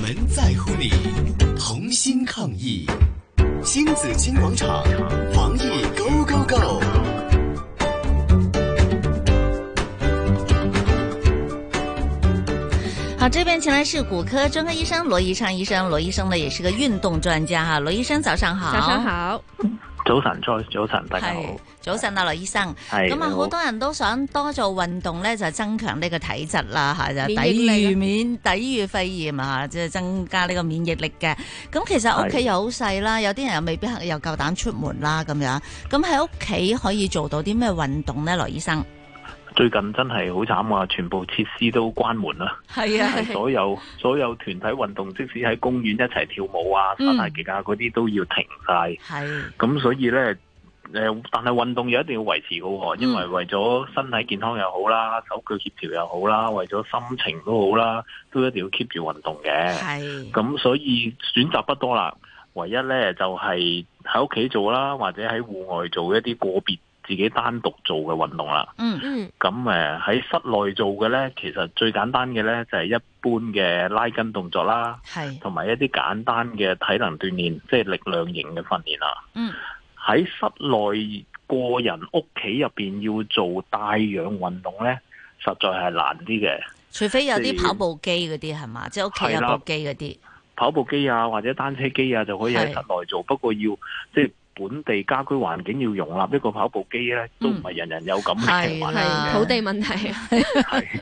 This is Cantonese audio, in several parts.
们在乎你，同心抗疫。星子金广场，防疫 Go Go Go！好，这边请来是骨科专科医生罗医生，医生罗医生呢也是个运动专家哈。罗医生早上好，早上，好，早晨，Joyce，早晨，大家好。係早晨啊，羅醫生。係咁啊，你好多人都想多做運動咧，就增強呢個體質啦，吓就免疫力啊抵禦免抵禦肺炎啊，即係增加呢個免疫力嘅。咁其實屋企又好細啦，有啲人又未必又夠膽出門啦，咁樣。咁喺屋企可以做到啲咩運動咧，羅醫生？最近真係好慘啊！全部設施都關門 啦，係啊係所有所有團體運動，即使喺公園一齊跳舞啊、嗯耍太極啊嗰啲都要停晒。係咁所以呢，誒，但係運動又一定要維持好嗯喎，因為為咗身體健康又好啦，手腳協調又好啦，為咗心情都好啦，都一定要 keep 住運動嘅。係咁所以選擇不多啦，唯一呢就係喺屋企做啦，或者喺戶外做一啲個別自己單獨做嘅運動啦。嗯嗯咁誒喺室內做嘅呢，其實最簡單嘅呢就係一般嘅拉筋動作啦，係同埋一啲簡單嘅體能鍛鍊，即係力量型嘅訓練啦。嗯喺室內個人屋企入邊要做帶氧運動呢，實在係難啲嘅。除非有啲即係跑步機嗰啲係嘛，即係屋企有係啦部機嗰啲，跑步機啊或者單車機啊就可以喺係室內做，不過要即係本地家居環境要容納一個跑步機咧，都唔係人人有咁嘅環係啦啊係境土地 問題，嘅，係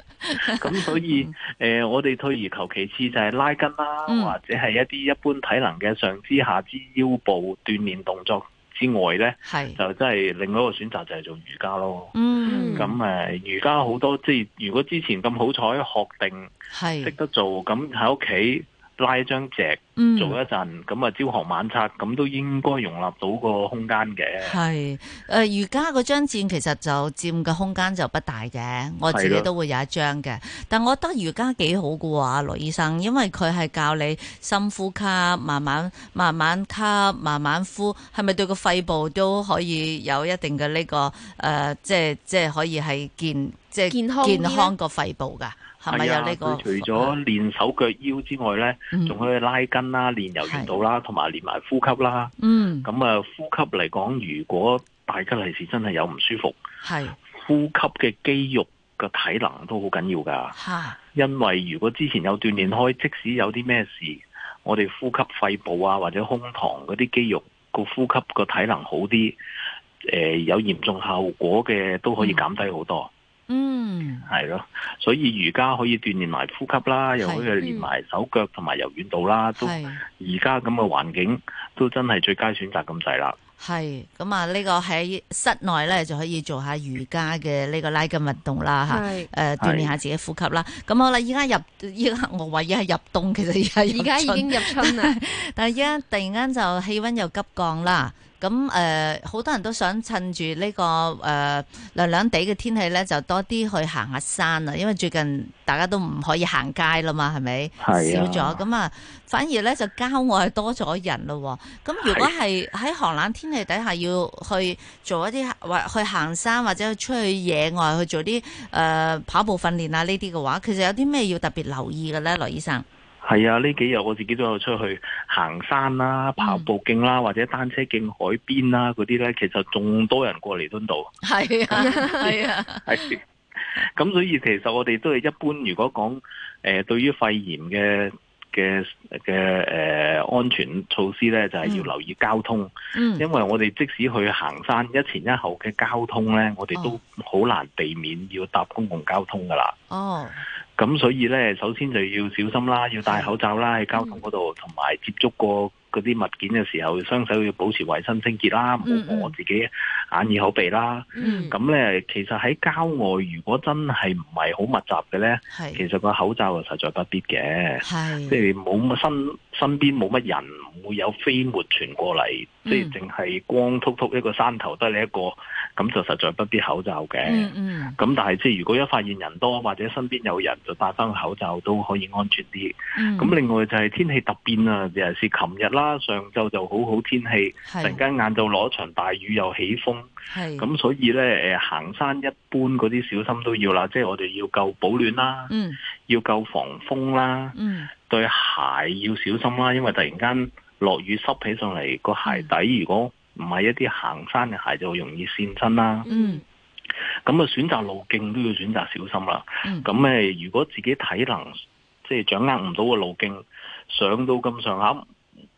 咁所以誒、呃我哋退而求其次就係拉筋啦，嗯或者係一啲一般體能嘅上肢、下肢、腰部鍛鍊動作之外咧，係就真係另外一個選擇就係做瑜伽咯。嗯咁誒、呃瑜伽好多即係如果之前咁好彩學定識係得做，咁喺屋企拉一張席。嗯做一陣，咁啊朝行晚拆，咁都應該容納到個空間嘅。係誒瑜伽嗰張墊其實就佔嘅空間就不大嘅，我自係己啦都會有一張嘅。但我覺得瑜伽幾好嘅喎，羅醫生，因為佢係教你深呼吸，慢慢慢慢吸，慢慢呼，係咪對個肺部都可以有一定嘅呢、個誒、呃即係即係可以係健即係健康啲健呢康個肺部㗎，係咪有啊，呢、個？佢除咗練手腳腰之外呢，嗯仲可以拉筋啦、練柔軟度啦，同埋練埋呼吸啦。嗯咁啊，呼吸嚟講，如果大家嚟時真係有唔舒服，係呼吸嘅肌肉嘅體能都好緊要㗎。嚇因為如果之前有鍛鍊開，即使有啲咩事，我哋呼吸肺部啊或者胸膛嗰啲肌肉個呼吸個體能好啲，誒、有嚴重效果嘅都可以減低好多，嗯係咯、所以瑜伽可以鍛鍊埋呼吸啦，又可以練埋手腳同埋柔軟度啦，都而係。家咁嘅環境都真係最佳選擇咁滯啦。系咁啊！呢、個喺室內咧就可以做下瑜伽嘅呢個拉筋運動啦吓，係誒鍛鍊下自己呼吸啦。咁好啦，依家入依家我話依家入冬，其實依家入而家已春經入 春啦，但係依家突然間就氣温又急降啦，咁誒好多人都想趁住呢、個誒、呃、涼涼地嘅天氣咧，就多啲去行下山啊，因為最近大家都唔可以行街啦嘛，係咪？係啊少咗咁啊，反而咧就郊外多咗人咯喎。咁如果係喺寒冷天氣底下要去做一啲或去行山或者出去野外去做啲誒、呃跑步訓練啊呢啲嘅話，其實有啲咩要特別留意嘅咧，羅醫生？係啊，呢幾日我自己都有出去行山啦、嗯跑步徑啦，或者單車徑、海邊啦嗰啲呢，其實仲多人過嚟 敦道。係啊，係啊。係。咁所以其實我哋都係一般，如果講誒、呃、對於肺炎嘅嘅嘅誒安全措施咧，就係、要嗯留意交通，嗯因為我哋即使去行山，一前一後嘅交通咧，我哋都哦好難避免要搭公共交通噶啦。哦，咁所以咧，首先就要小心啦，要戴口罩啦，喺交嗯通嗰度，同埋接觸過嗰啲物件嘅時候，雙手要保持衞生清潔啦，唔好嗯嗯磨自己眼耳口鼻啦。嗯咁咧，其實喺郊外，如果真係唔係好密集嘅咧，係其實個口罩啊實在不必嗯嘅，即係係冇乜身身邊冇乜人，唔會有飛沫傳過嚟，嗯即係淨係光禿禿一個山頭得你一個，咁就實在不必口罩嘅。嗯嗯咁但係即係如果一發現人多或者身邊有人，就戴翻個口罩都可以安全啲。嗯，咁另外就係天氣突變啊，尤其是琴日啦，上晝就好好天氣，突然係嗯間晏晝攞場大雨又起風。係咁所以咧，誒行山一般嗰啲小心都要啦，即係我哋要夠保暖啦，嗯要夠防風啦，嗯對鞋要小心啦，因為突然間落雨濕起上嚟，個鞋嗯底如果唔係一啲行山嘅鞋，就會容易跣親啦。嗯咁啊，選擇路徑都要選擇小心啦。嗯咁呃誒，如果自己體能即係掌握唔到個路徑，上到咁上下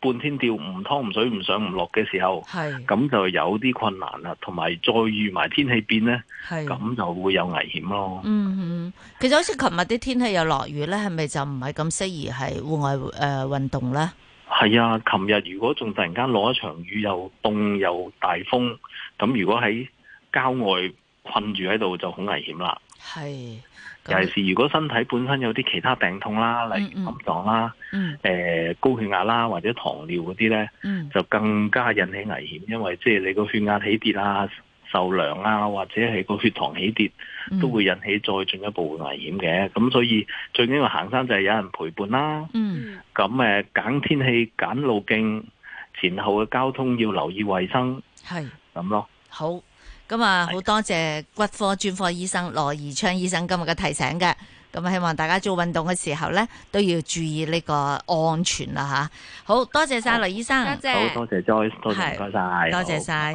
半天吊，唔湯唔水，唔上唔落嘅時候，係咁就有啲困難啦。同埋再遇埋天氣變呢，係。咁就會有危險咯。嗯哼，其實好似琴日啲天氣又落雨咧，係咪就唔係咁適宜係户外诶运动咧？係啊，琴日如果仲突然間落一場雨，又凍又大風，咁如果喺郊外困住喺度就好危險啦。係，尤咁其是如果身體本身有啲其他病痛啦，例如嗯嗯嗯心臟啦、嗯誒、高血壓啦或者糖尿嗰啲呢，嗯就更加引起危險，因為即係你個血壓起跌啊、受涼啊，或者係個血糖起跌，嗯都會引起再進一步危險嘅。咁所以最緊要行山就係有人陪伴啦。嗯嗯咁誒揀天氣、揀路徑、前後嘅交通要留意衞生係咁咯。好，咁啊係好多謝骨科專科醫生羅宜昌醫生今日嘅提醒嘅。咁啊，希望大家做運動嘅時候咧，都要注意呢個安全啦吓。好多謝晒好羅醫生，多謝嗯好多謝 Joyce，多謝唔該晒，多謝好晒。